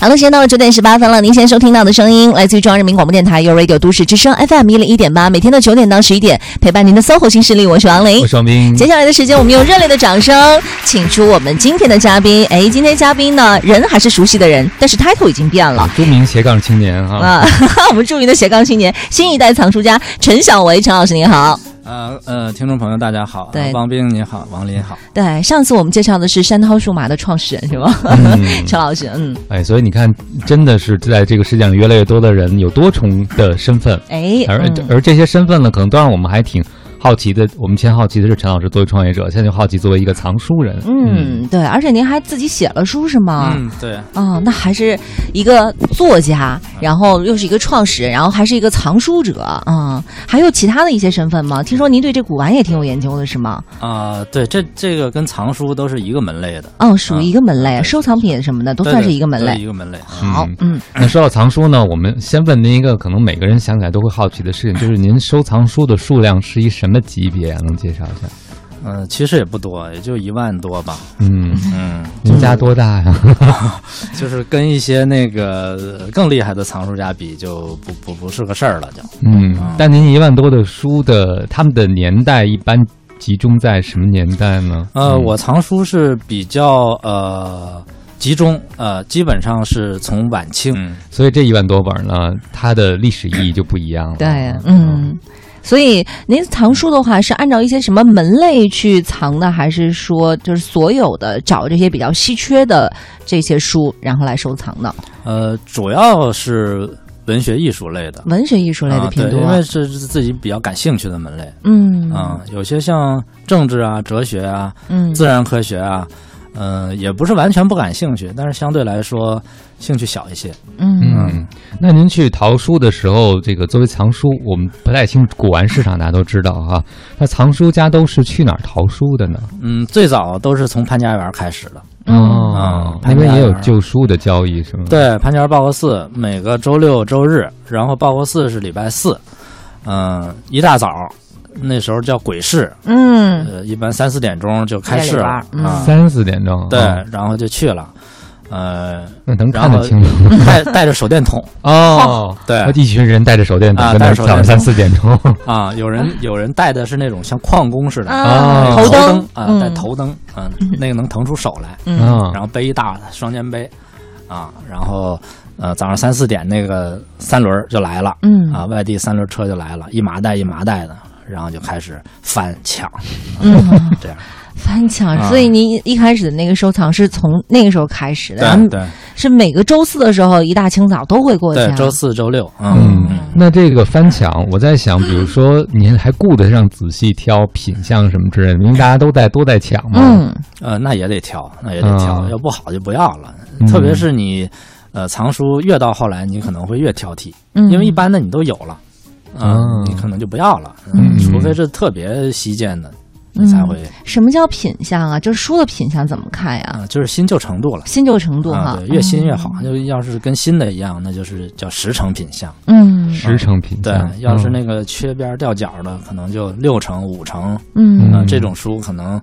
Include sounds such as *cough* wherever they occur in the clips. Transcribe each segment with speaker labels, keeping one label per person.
Speaker 1: 好了，时间到了九点十八分了。您现在收听到的声音来自于中央人民广播电台 u Radio 都市之声 FM 一零一点八，每天的九点到十一点陪伴您的搜狐新势力，我是王琳
Speaker 2: 我。是王斌。
Speaker 1: 接下来的时间，我们用热烈的掌声，请出我们今天的嘉宾。哎，今天嘉宾呢，人还是熟悉的人，但是 title 已经变了。
Speaker 2: 著名啊斜杠青年啊，
Speaker 1: 啊， *laughs* 我们著名的斜杠青年、新一代藏书家陈小维，陈老师您好。
Speaker 3: 呃呃，听众朋友大家好，
Speaker 1: 对
Speaker 3: 王冰你好，王林好，
Speaker 1: 对，上次我们介绍的是山涛数码的创始人是吗？
Speaker 2: 嗯
Speaker 1: *laughs* 陈老师，嗯，
Speaker 2: 哎，所以你看，真的是在这个世界上，越来越多的人有多重的身份，
Speaker 1: 哎，
Speaker 2: 而、
Speaker 1: 嗯
Speaker 2: 而这些身份呢，可能都让我们还挺好奇的。我们先好奇的是陈老师作为创业者，现在就好奇作为一个藏书人，
Speaker 1: 嗯，对，而且您还自己写了书是吗？
Speaker 3: 嗯，对，
Speaker 1: 哦，那还是一个作家，然后又是一个创始人，然后还是一个藏书者啊、嗯还有其他的一些身份吗？听说您对这古玩也挺有研究的，是吗？
Speaker 3: 啊、对，这这个跟藏书都是一个门类的，
Speaker 1: 哦，属于
Speaker 3: 嗯
Speaker 1: 一个门类，
Speaker 3: 对
Speaker 1: 收藏品什么的都
Speaker 3: 对
Speaker 1: 算
Speaker 3: 对
Speaker 1: 是一个门
Speaker 3: 都
Speaker 1: 类。
Speaker 3: 一个门类。
Speaker 1: 好，嗯，
Speaker 2: 那说到藏书呢，我们先问您一个可能每个人想起来都会好奇的事情，就是您收藏书的数量是一什么级别啊？能介绍一下？
Speaker 3: 嗯、其实也不多，也就一万
Speaker 1: *laughs*
Speaker 3: 多吧。
Speaker 2: 嗯，
Speaker 3: 嗯，
Speaker 2: 您家多大呀？
Speaker 3: 就是跟一些那个呃更厉害的藏书家比，就不不不是个事儿了，就。
Speaker 2: 嗯，但您一万多的书的，他们的年代一般集中在什么年代呢？
Speaker 3: 呃，
Speaker 2: 嗯
Speaker 3: 我藏书是比较呃集中，呃，基本上是从晚清。
Speaker 1: 嗯
Speaker 2: 所以这一万多本呢，它的历史意义就不一样了。
Speaker 1: 对，嗯。所以您藏书的话是按照一些什么门类去藏的，还是说就是所有的找这些比较稀缺的这些书，然后来收藏的？
Speaker 3: 呃，主要是文学艺术类的。
Speaker 1: 文学艺术类的
Speaker 3: 啊，
Speaker 1: 品
Speaker 3: 对，
Speaker 1: 多
Speaker 3: 因，为这是自己比较感兴趣的门类
Speaker 1: 嗯
Speaker 3: 啊、有些像政治啊、哲学啊、
Speaker 1: 嗯
Speaker 3: 自然科学啊，呃，也不是完全不感兴趣，但是相对来说兴趣小一些。
Speaker 1: 嗯
Speaker 2: 嗯，那您去淘书的时候，这个作为藏书，我们不太清楚古玩市场，大家都知道哈、那藏书家都是去哪儿淘书的呢？
Speaker 3: 嗯，最早都是从潘家园开始的，
Speaker 1: 嗯
Speaker 2: 哦
Speaker 3: 嗯，
Speaker 2: 那边也有旧书的交易是吗？，
Speaker 3: 对，潘家园报告寺每个周六周日，然后报告寺是礼拜四，嗯、一大早。那时候叫鬼市，
Speaker 1: 嗯
Speaker 3: 呃，一般三四点钟就开市了
Speaker 1: 在
Speaker 3: 啊、
Speaker 1: 里边儿嗯
Speaker 2: 三四点钟。
Speaker 3: 对
Speaker 2: 哦，
Speaker 3: 然后就去了，呃，
Speaker 2: 那能
Speaker 3: 然
Speaker 2: 看得
Speaker 3: 后
Speaker 2: 清楚
Speaker 3: 带带着手电筒，
Speaker 2: 哦。
Speaker 3: 对，
Speaker 2: 一群人带着手电筒
Speaker 3: 啊
Speaker 2: 在那
Speaker 3: 带
Speaker 2: 儿
Speaker 3: 着手电
Speaker 2: 早上三四点钟，
Speaker 3: 啊，有人有人戴的是那种像矿工似的
Speaker 1: 啊
Speaker 2: 哦
Speaker 3: 头
Speaker 1: 头灯
Speaker 3: 啊，
Speaker 1: 嗯
Speaker 3: 戴头灯，嗯，那个能腾出手来，
Speaker 1: 嗯
Speaker 2: 嗯
Speaker 3: 然后背一大双肩背，啊，然后呃早上三四点那个三轮儿就来了，
Speaker 1: 嗯
Speaker 3: 啊，外地三轮车就来了，一麻袋一麻袋的，然后就开始翻抢，
Speaker 1: 嗯， *laughs*
Speaker 3: 这样，
Speaker 1: 翻墙。
Speaker 3: 啊
Speaker 1: 所以您一开始的那个收藏是从那个时候开始的，然后
Speaker 3: 对
Speaker 1: 是每个周四的时候一大清早都会过去啊。
Speaker 3: 对，周四周六，嗯
Speaker 2: 嗯，那这个翻墙，我在想，比如说您还顾得上仔细挑品相什么之类的，因为大家都在都在抢嘛。
Speaker 1: 嗯
Speaker 3: 呃，那也得挑，那也得挑
Speaker 2: 啊，
Speaker 3: 要不好就不要了。
Speaker 2: 嗯
Speaker 3: 特别是你，呃，藏书越到后来，你可能会越挑剔，
Speaker 1: 嗯，
Speaker 3: 因为一般的你都有了，啊、
Speaker 2: 啊
Speaker 3: 你可能就不要了，
Speaker 1: 嗯
Speaker 3: 除非是特别稀见的，你才会，
Speaker 1: 什么叫品相啊？就是书的品相怎么看呀？
Speaker 3: 啊、就是新旧程度了。
Speaker 1: 新旧程度
Speaker 3: 啊
Speaker 1: 哈，，
Speaker 3: 对，越新越好。就要是跟新的一样，那就是叫十成品相。
Speaker 1: 嗯
Speaker 2: 十成品
Speaker 3: 对
Speaker 2: 相，，
Speaker 3: 要是那
Speaker 2: 嗯
Speaker 3: 个缺边掉角的，可能就六成、五成
Speaker 1: 嗯
Speaker 3: 啊、
Speaker 2: 嗯
Speaker 3: 这种书可能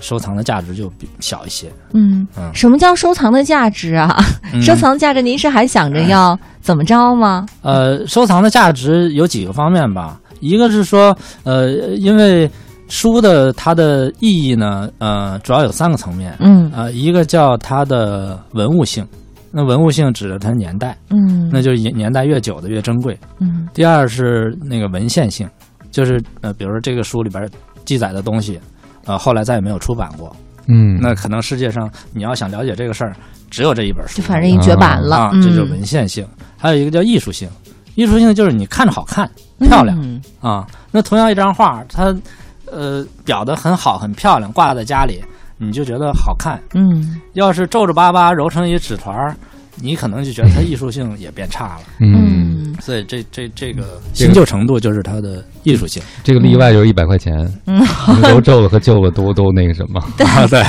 Speaker 3: 收藏的价值就比小一些。
Speaker 1: 嗯
Speaker 3: 嗯
Speaker 1: 什么叫收藏的价值啊？
Speaker 3: 嗯哎
Speaker 1: 收藏价值，您是还想着要怎么着吗？
Speaker 3: 呃，收藏的价值有几个方面吧，一个是说，呃，因为书的它的意义呢，呃，主要有三个层面，
Speaker 1: 嗯
Speaker 3: 呃，一个叫它的文物性，那文物性指的它年代，
Speaker 1: 嗯
Speaker 3: 那就是年年代越久的越珍贵。
Speaker 1: 嗯
Speaker 3: 第二是那个文献性，就是呃，比如说这个书里边记载的东西。呃，后来再也没有出版过。
Speaker 2: 嗯，
Speaker 3: 那可能世界上你要想了解这个事儿，只有这一本书。
Speaker 1: 就反正一绝版了，
Speaker 3: 啊，
Speaker 1: 嗯
Speaker 3: 这就是文献性。还有一个叫艺术性，艺术性就是你看着好看、漂亮、
Speaker 1: 嗯
Speaker 3: 啊。那同样一张画，它呃裱得很好、很漂亮，挂在家里，你就觉得好看。
Speaker 1: 嗯
Speaker 3: 要是皱皱巴巴揉成一纸团儿，你可能就觉得它艺术性也变差了。
Speaker 2: 嗯，
Speaker 1: 嗯
Speaker 3: *laughs* 所以这这这个
Speaker 2: 这个
Speaker 3: 新旧程度就是它的艺术性。
Speaker 2: 这个例外就是一百块钱，
Speaker 1: 嗯
Speaker 2: 都皱了和旧了都都那个什
Speaker 1: *laughs*
Speaker 2: 么，
Speaker 3: 啊， *laughs* 对，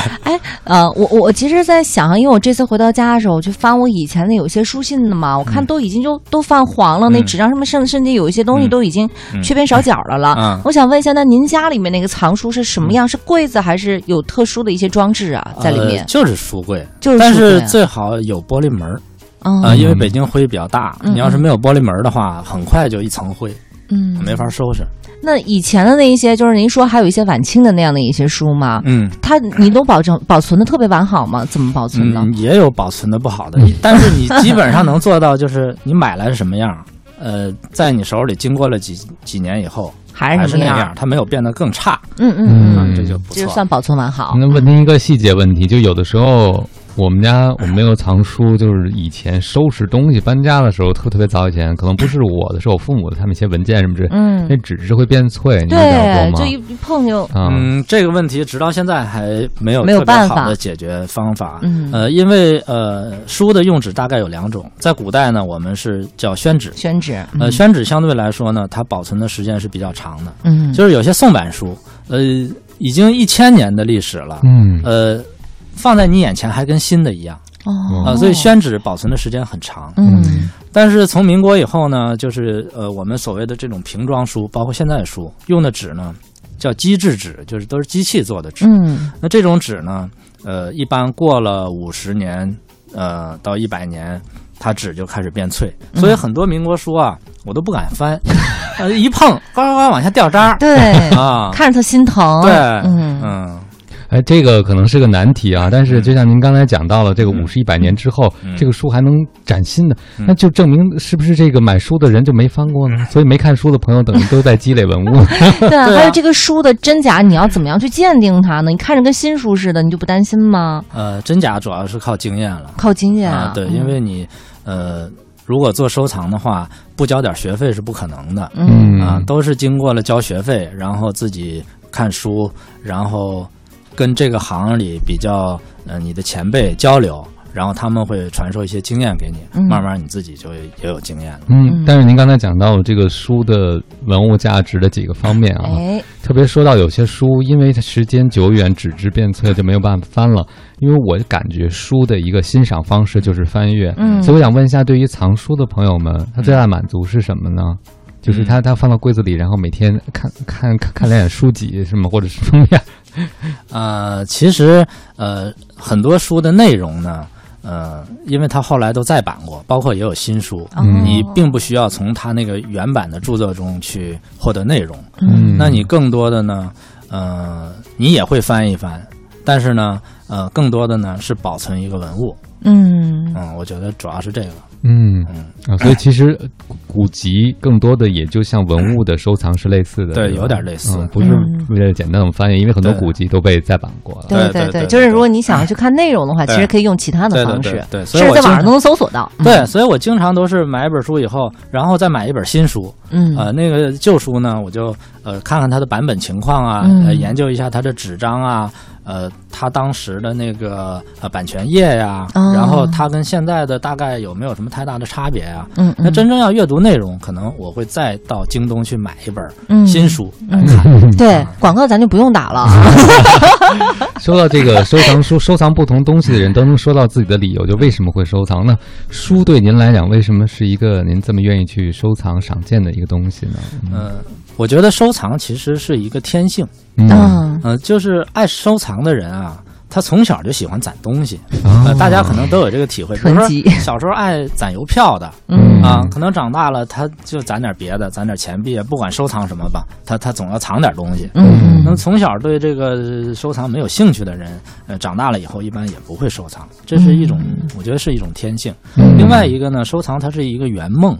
Speaker 1: 呃，我我我其实，在想，因为我这次回到家的时候，我去翻我以前的有些书信的嘛，我看都已经就都泛黄了，那
Speaker 3: 嗯
Speaker 1: 纸张上面甚甚至有一些东西
Speaker 3: 嗯
Speaker 1: 都已经
Speaker 3: 嗯
Speaker 1: 缺边少角的了。
Speaker 3: 嗯
Speaker 1: 我想问一下，那您家里面那个藏书是什么样？是柜子还是有特殊的一些装置啊在里面
Speaker 3: 呃呃？就是书柜，
Speaker 1: 就是
Speaker 3: 但
Speaker 1: 书柜
Speaker 3: 是
Speaker 1: 啊
Speaker 3: 最好有玻璃门儿
Speaker 1: 嗯
Speaker 3: 啊，因为北京灰比较大，
Speaker 1: 嗯
Speaker 3: 你要是没有玻璃门的话，很快就一层灰，
Speaker 1: 嗯，
Speaker 3: 没法收拾。
Speaker 1: 那以前的那一些，就是您说还有一些晚清的那样的一些书吗？
Speaker 3: 嗯，
Speaker 1: 它你都保证保存的特别完好吗？怎么保存呢？
Speaker 3: 嗯，也有保存的不好的， *laughs* 但是你基本上能做到，就是你买来是什么 *laughs* 样，呃，在你手里经过了几几年以后，
Speaker 1: 还
Speaker 3: 还
Speaker 1: 是
Speaker 3: 是
Speaker 1: 什么
Speaker 3: 那
Speaker 1: 样？
Speaker 3: 样，它没有变得更差，
Speaker 1: 嗯嗯嗯，
Speaker 3: 啊
Speaker 2: 嗯
Speaker 3: 这就不
Speaker 1: 这就
Speaker 3: 错。嗯
Speaker 1: 算保存完好。
Speaker 2: 那问您一个细节问题，就有的时候我们家我们没有藏书，就是以前收拾东西搬家的时候，特特别早以前，可能不是我的，是我父母的，他们一些文件什么之类，
Speaker 1: 嗯
Speaker 2: 那，纸是会变脆，你们聊
Speaker 1: 对，
Speaker 2: 过
Speaker 1: 就一
Speaker 2: 吗？
Speaker 1: 一碰就
Speaker 2: 啊，
Speaker 3: 嗯，这个问题直到现在还没有
Speaker 1: 没有
Speaker 3: 特别
Speaker 1: 办
Speaker 3: 好
Speaker 1: 法
Speaker 3: 的解决方法。
Speaker 1: 嗯
Speaker 3: 呃，因为呃，书的用纸大概有两种，在古代呢，我们是叫宣纸。
Speaker 1: 宣纸。
Speaker 3: 呃，宣纸相对来说呢，它保存的时间是比较长的，
Speaker 1: 嗯，
Speaker 3: 就是有些宋版书，呃，已经一千年的历史了，
Speaker 2: 嗯，
Speaker 3: 呃，放在你眼前还跟新的一样
Speaker 1: 哦
Speaker 3: 啊、所以宣纸保存的时间很长。
Speaker 1: 嗯
Speaker 3: 但是从民国以后呢，就是呃，我们所谓的这种瓶装书，包括现在的书用的纸呢，叫机制纸，就是都是机器做的纸。
Speaker 1: 嗯
Speaker 3: 那这种纸呢，呃，一般过了五十年，呃，到一百年，它纸就开始变脆。
Speaker 1: 嗯
Speaker 3: 所以很多民国书啊，我都不敢翻， *laughs* 呃，一碰，呱呱呱往下掉渣儿
Speaker 1: 对，
Speaker 3: *laughs* 啊。
Speaker 1: 看着他心疼。
Speaker 3: 对，
Speaker 1: 嗯
Speaker 3: 嗯
Speaker 2: 哎，这个可能是个难题啊，但是就像您刚才讲到了，这个五十一百年之后，
Speaker 3: 嗯
Speaker 2: 这个书还能崭新的，
Speaker 3: 嗯
Speaker 2: 那就证明是不是这个买书的人就没翻过呢？ *laughs* 所以没看书的朋友等于都在积累文
Speaker 3: *laughs*
Speaker 2: 物。
Speaker 1: 对啊，
Speaker 3: 对啊
Speaker 1: 还有这个书的真假，你要怎么样去鉴定它呢？你看着跟新书似的，你就不担心吗？
Speaker 3: 呃，真假主要是靠经验了
Speaker 1: 靠经验
Speaker 3: 啊。对，因为
Speaker 1: 嗯
Speaker 3: 你呃，如果做收藏的话，不交点学费是不可能的
Speaker 1: 嗯
Speaker 3: 啊，都是经过了交学费，然后自己看书，然后跟这个行里比较呃你的前辈交流。然后他们会传授一些经验给你，
Speaker 1: 嗯
Speaker 3: 慢慢你自己就也有经验了。
Speaker 2: 嗯，但是您刚才讲到这个书的文物价值的几个方
Speaker 3: 嗯
Speaker 2: 面啊，
Speaker 1: 哎，
Speaker 2: 特别说到有些书，因为它时间久远，纸质变脆就没有办法翻了。因为我感觉书的一个欣赏方式就是翻阅，
Speaker 1: 嗯
Speaker 2: 所以我想问一下，对于藏书的朋友们，他最大的满足是什么呢？就是
Speaker 1: 嗯
Speaker 2: 他他放到柜子里，然后每天看看看看两眼书籍什么，或者是封面。
Speaker 3: 呃，其实呃很多书的内容呢，呃，因为它后来都再版过，包括也有新书，
Speaker 1: 嗯
Speaker 3: 你并不需要从它那个原版的著作中去获得内容。
Speaker 1: 嗯
Speaker 3: 那你更多的呢，呃，你也会翻一翻，但是呢，呃，更多的呢是保存一个文物。
Speaker 1: 嗯
Speaker 3: 嗯，我觉得主要是这个。
Speaker 2: 嗯
Speaker 3: 嗯，
Speaker 2: 啊，所以其实古籍更多的也就像文物的收藏是类似的，
Speaker 3: 对
Speaker 2: 吧
Speaker 3: 有点类似
Speaker 2: 嗯不是
Speaker 1: 嗯
Speaker 2: 为了简单的翻译，因为很多
Speaker 3: 对
Speaker 2: 古籍都被再版过了。
Speaker 1: 对
Speaker 3: 对对
Speaker 1: 对，
Speaker 3: 对
Speaker 1: 就是
Speaker 3: 对
Speaker 1: 如果你想要去看内容的话，其
Speaker 3: 对
Speaker 1: 实可以用其他的
Speaker 3: 对对
Speaker 1: 方
Speaker 3: 对
Speaker 1: 式
Speaker 3: 对，对，
Speaker 1: 甚
Speaker 3: 所以
Speaker 1: 至
Speaker 3: 我
Speaker 1: 在
Speaker 3: 经
Speaker 1: 网上
Speaker 3: 常
Speaker 1: 都能嗯搜索到。
Speaker 3: 对，所以我经常都是买一本书以后，然后再买一本新书。
Speaker 1: 嗯，
Speaker 3: 呃，那个旧书呢，我就呃看看它的版本情况啊，
Speaker 1: 嗯
Speaker 3: 呃研究一下它的纸张啊，呃，它当时的那个呃版权页呀、
Speaker 1: 哦
Speaker 3: 然后它跟现在的大概有没有什么太大的差别啊？
Speaker 1: 嗯，
Speaker 3: 那真正要阅读内容，可能我会再到京东去买一本
Speaker 1: 真
Speaker 3: 新书来
Speaker 1: 嗯
Speaker 3: 看。
Speaker 1: 对广告咱就不用打了。
Speaker 2: 说到这个收藏书，收藏不同东西的人都能说到自己的理由，就为什么会收藏呢？书对您来讲，为什么是一个您这么愿意去收藏、赏鉴的一个东西呢？
Speaker 3: 嗯、我觉得收藏其实是一个天性，
Speaker 2: 嗯，
Speaker 1: 嗯
Speaker 3: 嗯、就是爱收藏的人啊。他从小就喜欢攒东西，呃，
Speaker 2: 哦
Speaker 3: 大家可能都有这个体会。比
Speaker 1: 囤
Speaker 3: 如说
Speaker 1: 积
Speaker 3: 小时候爱攒邮票的，
Speaker 1: 嗯
Speaker 3: 啊，可能长大了他就攒点别的，攒点钱币，不管收藏什么吧，他他总要藏点东西。
Speaker 1: 嗯
Speaker 3: 那么从小对这个呃收藏没有兴趣的人，呃，长大了以后一般也不会收藏，这是一种，我觉得是一种天性。另外一个呢，收藏它是一个圆梦，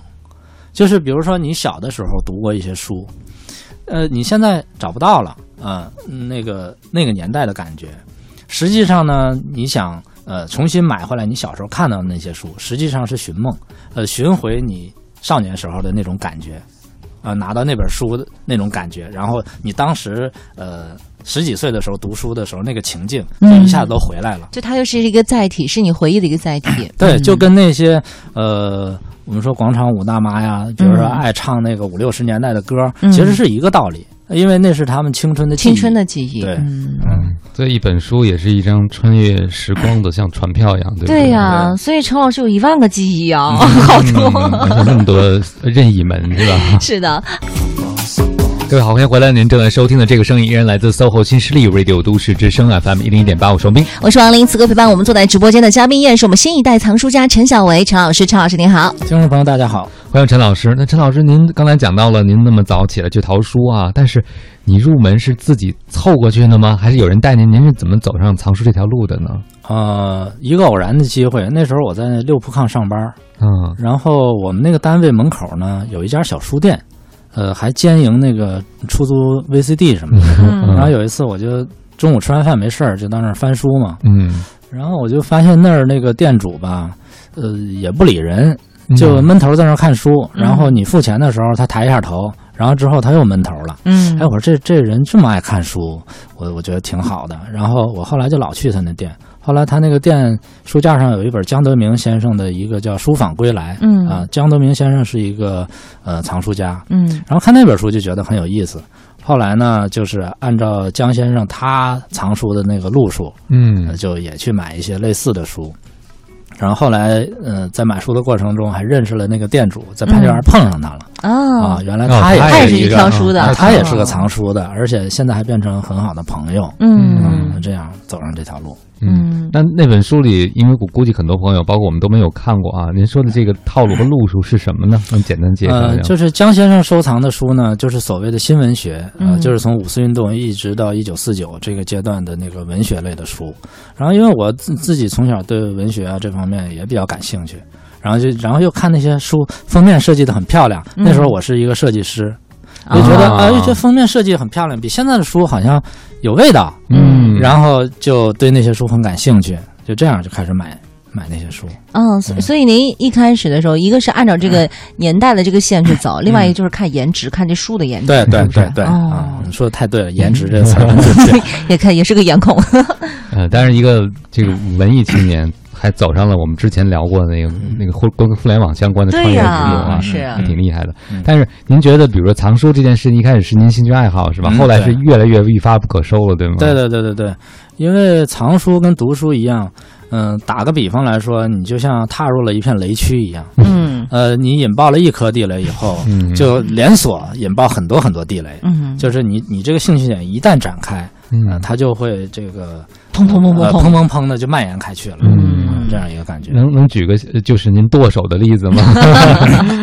Speaker 3: 就是比如说你小的时候读过一些书，呃，你现在找不到了啊、那个那个年代的感觉。实际上呢，你想呃重新买回来你小时候看到的那些书，实际上是寻梦，呃，寻回你少年时候的那种感觉。呃，拿到那本书的那种感觉，然后你当时呃十几岁的时候读书的时候那个情境，就
Speaker 1: 嗯
Speaker 3: 一下子都回来了。
Speaker 1: 就它又是一个载体，是你回忆的一个载体。
Speaker 3: 嗯
Speaker 1: 嗯
Speaker 3: 对，就跟那些呃，我们说广场舞大妈呀，比如说
Speaker 1: 嗯
Speaker 3: 爱唱那个五六十年代的歌，
Speaker 1: 嗯
Speaker 3: 其实是一个道理，因为那是他们青春的记忆
Speaker 1: 青春。的记忆。
Speaker 3: 对
Speaker 1: 嗯。
Speaker 3: 嗯，
Speaker 2: 所以一本书也是一张穿越时光的，像船票一样，对嗯不
Speaker 1: 对
Speaker 2: 对
Speaker 1: 呀、
Speaker 3: 对
Speaker 1: 所以陈老师有一万个记忆啊， *laughs* 好多。
Speaker 2: 嗯而且那么多任意门是吧？
Speaker 1: 是的。
Speaker 2: *laughs* 各位好，欢迎回来！您正在收听的这个声音依然来自 SOHO 新势力 Radio 都市之声 FM 一零一点八，我双斌。
Speaker 1: 我是王琳，此刻陪伴我们坐在直播间的嘉宾依然是我们新一代藏书家陈小维，陈老师，陈老师您好。
Speaker 3: 听众朋友，大家好。
Speaker 2: 欢迎陈老师。那陈老师，您刚才讲到了，您那么早起来去淘书啊，但是你入门是自己凑过去的吗？还是有人带您？您是怎么走上藏书这条路的呢？
Speaker 3: 呃，一个偶然的机会，那时候我在六铺炕上班，
Speaker 2: 嗯，
Speaker 3: 然后我们那个单位门口呢有一家小书店，呃，还兼营那个出租 VCD 什么的。
Speaker 1: 嗯
Speaker 3: 然后有一次，我就中午吃完饭没事儿，就到那儿翻书嘛，
Speaker 2: 嗯，
Speaker 3: 然后我就发现那儿那个店主吧，呃，也不理人，
Speaker 2: 嗯
Speaker 3: 就闷头在那儿看书。
Speaker 1: 嗯
Speaker 3: 然后你付钱的时候，他抬一下头，然后之后他又闷头了。
Speaker 1: 嗯
Speaker 3: 哎，我说这这人这么爱看书，我我觉得挺好的。然后我后来就老去他那店，后来他那个店书架上有一本江德明先生的一个叫《书访归来》。
Speaker 1: 嗯
Speaker 3: 啊，江德明先生是一个呃藏书家，
Speaker 1: 嗯
Speaker 3: 然后看那本书就觉得很有意思。后来呢，就是按照江先生他藏书的那个路数，呃
Speaker 2: 嗯，
Speaker 3: 就也去买一些类似的书。然后后来，呃，在买书的过程中还认识了那个店主，在潘家园碰上他了、
Speaker 1: 啊
Speaker 3: 啊。，原来
Speaker 2: 哦
Speaker 3: 他也
Speaker 1: 他也是
Speaker 3: 一
Speaker 1: 去
Speaker 3: 个
Speaker 1: 挑书的
Speaker 3: 啊，他也是个
Speaker 1: 哦
Speaker 3: 藏书的，而且现在还变成很好的朋友。
Speaker 1: 嗯
Speaker 3: 这样走上这条路，
Speaker 1: 嗯
Speaker 2: 那那本书里，因为我估计很多朋友，包括我们都没有看过啊。您说的这个套路和路数是什么呢？能简单介绍一
Speaker 3: 呃，
Speaker 2: 下？
Speaker 3: 就是江先生收藏的书呢，就是所谓的新文学，呃，
Speaker 1: 嗯
Speaker 3: 就是从五四运动一直到一九四九这个阶段的那个文学类的书。然后，因为我自自己从小对文学啊这方面也比较感兴趣，然后就然后又看那些书封面设计的很漂亮，
Speaker 1: 嗯
Speaker 3: 那时候我是一个设计师，
Speaker 1: 啊
Speaker 3: 就觉得
Speaker 2: 啊
Speaker 3: 哎，这封面设计很漂亮，比现在的书好像有味道，
Speaker 2: 嗯，
Speaker 3: 然后就对那些书很感兴趣，就这样就开始买买那些书。
Speaker 1: 嗯，所所以您一开始的时候，一个是按照这个年代的这个线去走，另外一个就是看颜值，看这书的颜值，
Speaker 3: 嗯对对对对
Speaker 1: 哦
Speaker 3: 啊，你说的太对了，颜值这个词 *laughs* 儿很准确。
Speaker 1: 也看也是个颜控。
Speaker 2: 呃，但是一个这个文艺青年，还走上了我们之前聊过的那个
Speaker 3: 嗯
Speaker 2: 那个互跟互联网相关的创
Speaker 1: 对
Speaker 2: 业之路
Speaker 1: 呀
Speaker 2: 啊，，
Speaker 1: 是啊
Speaker 2: 还挺厉害的
Speaker 3: 嗯。
Speaker 2: 但是您觉得，比如说藏书这件事情，一开始是您兴趣爱好是吧？
Speaker 3: 嗯
Speaker 2: 后来是
Speaker 3: 对
Speaker 2: 越来越一发不可收了，对吗？
Speaker 3: 对对对对对，因为藏书跟读书一样，嗯、打个比方来说，你就像踏入了一片雷区一样，
Speaker 1: 嗯
Speaker 3: 呃，你引爆了一颗地雷以后，
Speaker 2: 嗯
Speaker 3: 就连锁引爆很多很多地雷。
Speaker 1: 嗯，
Speaker 3: 就是你，你这个兴趣点一旦展开，呃，
Speaker 2: 嗯，
Speaker 3: 它就会这个
Speaker 1: 砰砰砰
Speaker 3: 呃
Speaker 1: 砰
Speaker 3: 砰
Speaker 1: 砰，
Speaker 3: 砰砰的就蔓延开去了，
Speaker 2: 嗯
Speaker 3: 嗯这样一个感觉。
Speaker 2: 能能举个呃就是您剁手的例子吗？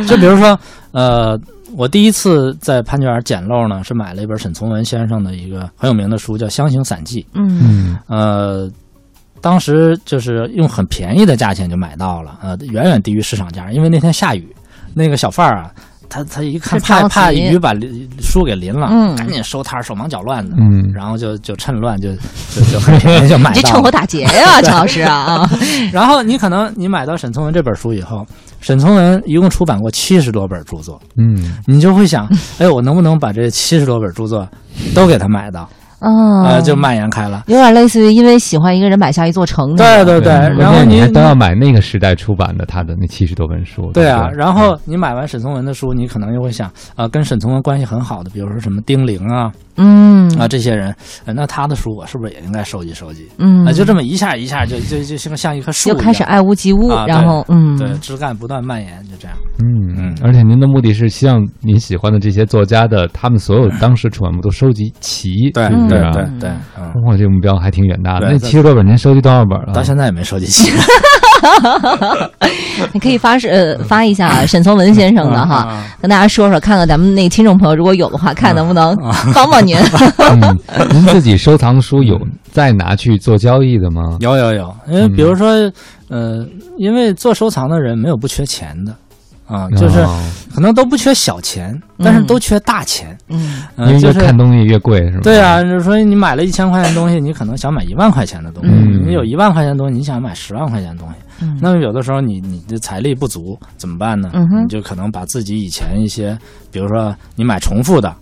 Speaker 3: 就比如说，呃，我第一次在潘家园捡漏呢，是买了一本沈从文先生的一个很有名的书，叫《湘行散记》。
Speaker 1: 嗯
Speaker 2: 嗯
Speaker 3: 呃，当时就是用很便宜的价钱就买到了，呃，远远低于市场价，因为那天下雨，那个小贩儿啊，他他一看
Speaker 1: 他着
Speaker 3: 怕
Speaker 1: 急
Speaker 3: 怕雨把淋书给淋了，
Speaker 1: 嗯
Speaker 3: 赶紧收摊儿，手忙脚乱的，
Speaker 2: 嗯，
Speaker 3: 然后就就趁乱就 *laughs* 就就很便宜就买
Speaker 1: 你这
Speaker 3: 到
Speaker 1: 趁火
Speaker 3: 了。
Speaker 1: 打劫 *laughs* 呀，陈老师啊！
Speaker 3: 然后你可能你买到沈从文这本书以后，沈从文一共出版过七十多本著作，
Speaker 2: 嗯
Speaker 3: 你就会想，哎，我能不能把这七十多本著作都给他买到？
Speaker 1: 啊
Speaker 3: 呃，就蔓延开了。
Speaker 1: 有点类似于因为喜欢一个人买下一座城。
Speaker 3: 对对对，
Speaker 2: 嗯关键
Speaker 3: 然后
Speaker 2: 你
Speaker 3: 你
Speaker 2: 还都要买那个时代出版的他的那七十多本书。
Speaker 3: 对
Speaker 2: 不
Speaker 3: 啊，然后你买完沈从文的书，你可能又会想，啊，跟沈从文关系很好的，比如说什么丁玲啊
Speaker 1: 嗯
Speaker 3: 啊这些人，呃那他的书我是不是也应该收集收集？
Speaker 1: 嗯
Speaker 3: 啊，就这么一下一下就就就像像一棵树一
Speaker 1: 又
Speaker 3: 样，
Speaker 1: 开始爱屋及乌
Speaker 3: 啊，对
Speaker 1: 然后嗯，
Speaker 3: 对枝干不断蔓延，就这样。
Speaker 2: 嗯嗯
Speaker 3: 嗯，
Speaker 2: 而且您的目的是希望您喜欢的这些作家的他们所有当时出版物都收集齐，
Speaker 3: 对
Speaker 2: 是不是
Speaker 3: 对
Speaker 2: 啊
Speaker 3: 对对，嗯，
Speaker 2: 哇，这个目标还挺远大的。
Speaker 3: 对
Speaker 2: 那七十多本您收集多少本啊了？
Speaker 3: 到现在也没收集齐。
Speaker 1: *laughs* 你可以发是呃发一下沈从文先生的哈，
Speaker 3: 啊，
Speaker 1: 跟大家说说，看看咱们那个听众朋友如果有的话，看能不能
Speaker 3: 啊
Speaker 1: 帮
Speaker 3: *laughs*
Speaker 1: 帮您。
Speaker 2: 嗯，您自己收藏书有
Speaker 3: 嗯
Speaker 2: 再拿去做交易的吗？
Speaker 3: *laughs* 有有有，因为比如说，呃，因为做收藏的人没有不缺钱的，啊，就是
Speaker 2: 哦
Speaker 3: 可能都不缺小钱，但是都缺大钱，
Speaker 1: 嗯
Speaker 2: 因
Speaker 3: 嗯，
Speaker 2: 为
Speaker 3: 就
Speaker 2: 越
Speaker 3: 是
Speaker 2: 看东西越贵，是吗？
Speaker 3: 对啊，就是说你买了一千块钱的东西，你可能想买一万块钱的东西，
Speaker 2: 嗯
Speaker 3: 你有一万块钱的东西，你想买十万块钱的东西，
Speaker 1: 嗯
Speaker 3: 那么有的时候你你的财力不足怎么办呢？
Speaker 1: 嗯哼
Speaker 3: 你就可能把自己以前一些，比如说你买重复的，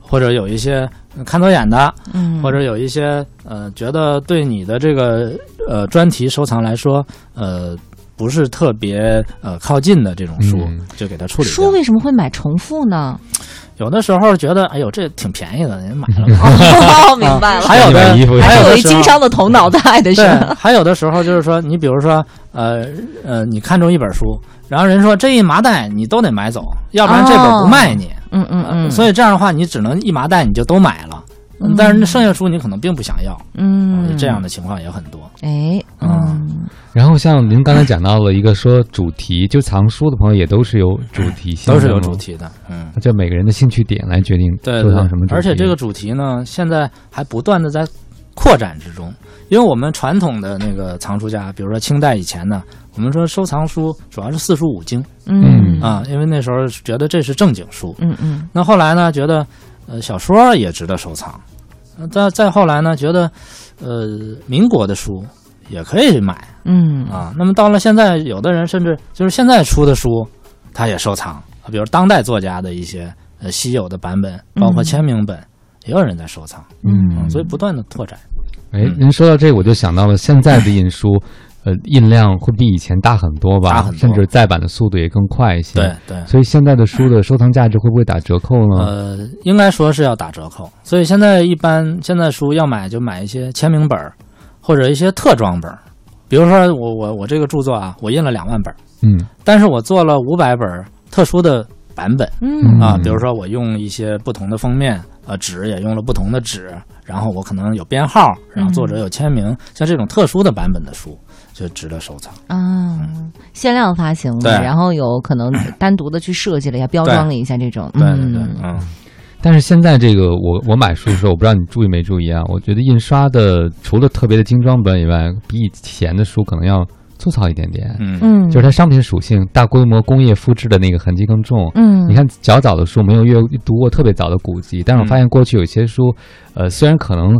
Speaker 3: 或者有一些呃看走眼的，
Speaker 1: 嗯
Speaker 3: 或者有一些呃觉得对你的这个呃专题收藏来说，呃不是特别呃靠近的这种书，
Speaker 2: 嗯
Speaker 3: 就给它处理
Speaker 1: 书
Speaker 3: 掉。
Speaker 1: 为什么会买重复
Speaker 3: *laughs*
Speaker 1: 呢？
Speaker 3: 有的时候觉得哎呦这挺便宜的，您买了吧。
Speaker 1: *laughs* 哦，明白了，
Speaker 3: 啊还有
Speaker 2: 买
Speaker 1: *laughs*
Speaker 3: 的
Speaker 2: 衣服
Speaker 3: 还
Speaker 1: 还
Speaker 3: 有
Speaker 1: 有
Speaker 3: 的
Speaker 1: 一
Speaker 3: 时候
Speaker 1: 经商的头脑在的是
Speaker 3: 对
Speaker 1: 吧，
Speaker 3: 还有的时候就是说，你比如说，呃呃，你看中一本书，然后人说这一麻袋你都得买走，要不然这本不卖你。
Speaker 1: 嗯嗯嗯，
Speaker 3: 所以这样的话，你只能一麻袋你就都买了，
Speaker 1: 嗯
Speaker 3: 但是那剩下书你可能并不想要，
Speaker 1: 嗯
Speaker 3: 这样的情况也很多。
Speaker 1: 哎嗯
Speaker 3: 嗯
Speaker 2: 然后像您刚才讲到了一个说主题，就藏书的朋友也都是有主题性
Speaker 3: 都
Speaker 2: 的吗，
Speaker 3: 是有主题的，嗯，
Speaker 2: 就每个人的兴趣点来决定
Speaker 3: 对
Speaker 2: 收
Speaker 3: 对
Speaker 2: 藏什么主题。
Speaker 3: 而且这个主题呢，现在还不断的在扩展之中，因为我们传统的那个藏书家，比如说清代以前呢，我们说收藏书主要是四书五经
Speaker 1: 嗯
Speaker 3: 啊，因为那时候觉得这是正经书。
Speaker 1: 嗯嗯
Speaker 3: 那后来呢，觉得呃小说也值得收藏，呃再再后来呢，觉得呃民国的书也可以买
Speaker 1: 嗯
Speaker 3: 啊。那么到了现在，有的人甚至就是现在出的书，他也收藏，啊比如当代作家的一些呃稀有的版本，包括
Speaker 1: 嗯
Speaker 3: 签名本，也有人在收藏，啊
Speaker 1: 嗯
Speaker 3: 所以嗯不断的拓展。
Speaker 2: 哎，您说到这，我就想到了现在的印
Speaker 3: *laughs*
Speaker 2: 书，呃，印量会比以前大很多吧，
Speaker 3: 大很多
Speaker 2: 甚至再版的速度也更快一些。
Speaker 3: 对，对。
Speaker 2: 所以现在的书的收藏价值会不会打折扣
Speaker 1: 嗯
Speaker 2: 呢？
Speaker 3: 呃，应该说是要打折扣，所以现在一般现在书要买就买一些签名本儿，或者一些特装本儿。比如说我我我这个著作啊，我印了两万本儿，
Speaker 2: 嗯
Speaker 3: 但是我做了五百本儿特殊的版本
Speaker 1: 嗯
Speaker 3: 啊，
Speaker 2: 嗯
Speaker 3: 比如说我用一些不同的封面，呃，纸也用了不同的纸，然后我可能有编号，然后作者有签名，像这种特殊的版本的书就值得收藏。
Speaker 1: 啊，限量发行
Speaker 3: 对
Speaker 1: 的，然后有可能单独的去设计了一下，标装了一下这种，
Speaker 3: 对对对，
Speaker 1: 嗯
Speaker 3: 嗯，
Speaker 2: 但是现在这个，我我买书的时候，我不知道你注意没注意啊？我觉得印刷的除了特别的精装本以外，比以前的书可能要粗糙一点点，
Speaker 3: 嗯
Speaker 1: 嗯，
Speaker 2: 就是它商品属性、大规模工业复制的那个痕迹更重。
Speaker 1: 嗯，
Speaker 2: 你看较早的书没有阅读过特别早的古籍，但是我发现过去有些书，呃，虽然可能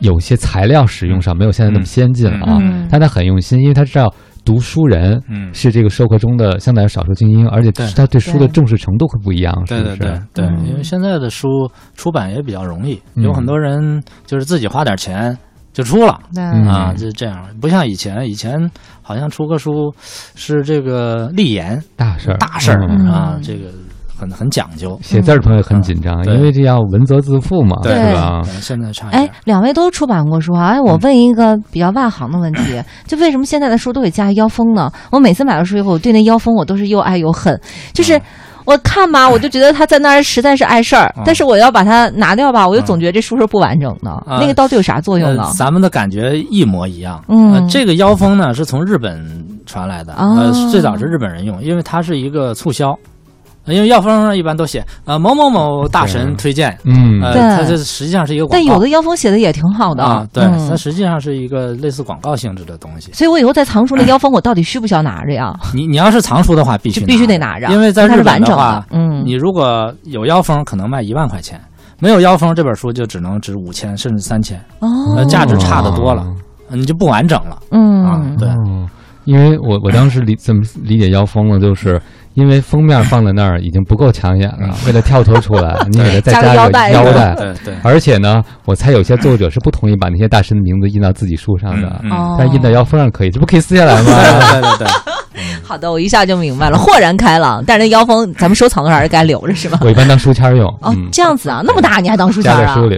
Speaker 2: 有些材料使用上没有现在那么先进了啊，
Speaker 1: 嗯
Speaker 2: 但他很用心，因为他知道读书人
Speaker 3: 嗯，
Speaker 2: 是这个社会中的相对来说少数精英，而且
Speaker 3: 对
Speaker 2: 他对书的
Speaker 1: 对
Speaker 2: 重视程度会不一样，是
Speaker 3: 对
Speaker 2: 不
Speaker 3: 对
Speaker 2: 是？
Speaker 3: 对对，
Speaker 1: 嗯
Speaker 3: 因为现在的书出版也比较容易，
Speaker 2: 嗯
Speaker 3: 有很多人就是自己花点钱就出了。
Speaker 1: 那
Speaker 3: 啊
Speaker 2: 嗯，
Speaker 3: 就这样，不像以前，以前好像出个书是这个立言
Speaker 2: 大事儿，
Speaker 3: 大事儿、
Speaker 2: 嗯
Speaker 3: 啊
Speaker 1: 嗯，
Speaker 3: 这个很很讲究，
Speaker 2: 写字儿的朋友很紧张，
Speaker 3: 嗯对
Speaker 2: 因为这要文责自负嘛，
Speaker 3: 对
Speaker 2: 是吧？
Speaker 3: 嗯现在差一嗯
Speaker 1: 哎
Speaker 3: 点。，
Speaker 1: 两位都出版过书啊！哎，我问一个比较外行的问
Speaker 3: *coughs*
Speaker 1: 题，就为什么现在的书都得加腰封呢？我每次买了书以后，我对那腰封我都是又爱又恨，就是。我看吧，我就觉得他在那儿实在是碍事儿，
Speaker 3: 嗯
Speaker 1: 但是我要把它拿掉吧，我又总觉得这书是不完整的，
Speaker 3: 啊
Speaker 1: 那个到底有啥作用呢
Speaker 3: 呃？咱们的感觉一模一样。
Speaker 1: 嗯
Speaker 3: 呃这个腰封呢是从日本传来的，
Speaker 1: 哦
Speaker 3: 呃，最早是日本人用，因为它是一个促销，呃因为腰封上一般都写呃某某某大神推荐，
Speaker 2: 嗯，
Speaker 3: 呃，
Speaker 1: 对
Speaker 3: 它这实际上是一个广告。
Speaker 1: 但有的腰封写的也挺好的
Speaker 3: 啊，对，
Speaker 1: 嗯
Speaker 3: 它实际上是一个类似广告性质的东西。
Speaker 1: 所以我以后在藏书那腰封，我到底需不需要拿着呀？
Speaker 3: 你你要是藏书的话，必须
Speaker 1: 就必须得拿着，
Speaker 3: 因为在
Speaker 1: 它
Speaker 3: 日
Speaker 1: 是
Speaker 3: 本
Speaker 1: 完整
Speaker 3: 话
Speaker 1: 的，。嗯，
Speaker 3: 你如果有腰封，可能卖一万块钱；没有腰封，这本书就只能值五千甚至三千，
Speaker 1: 哦
Speaker 3: 呃，价值差得多了，你就不完整了。啊
Speaker 1: 嗯
Speaker 3: 对
Speaker 2: 哦，因为我我当时理怎么理解腰封呢？就是因为封面放在那儿已经不够抢眼
Speaker 1: 嗯
Speaker 2: 了，为了跳脱出
Speaker 1: *laughs*
Speaker 2: 来，你给它再
Speaker 1: 加个
Speaker 2: 加
Speaker 1: 腰
Speaker 2: 个
Speaker 3: *laughs*
Speaker 1: 带
Speaker 2: 腰
Speaker 1: 是吧
Speaker 2: 带。
Speaker 3: 对对，
Speaker 2: 而且呢，我猜有些作者是不同意把那些大神的名字印到自己书上的，
Speaker 3: 嗯
Speaker 1: 哦，
Speaker 2: 但印到腰封上可以，这不可以撕下来吗？
Speaker 3: 对对对对，
Speaker 1: 好的，我一下就明白了，豁然开朗。但是那腰封，咱们收藏多少人该留着是吧？
Speaker 2: 我一般当书签儿用，
Speaker 1: 哦
Speaker 2: 嗯，，
Speaker 1: 这样子啊，那么大你还当书签
Speaker 2: 夹
Speaker 1: 儿
Speaker 2: 在
Speaker 1: 啊
Speaker 2: 书？里。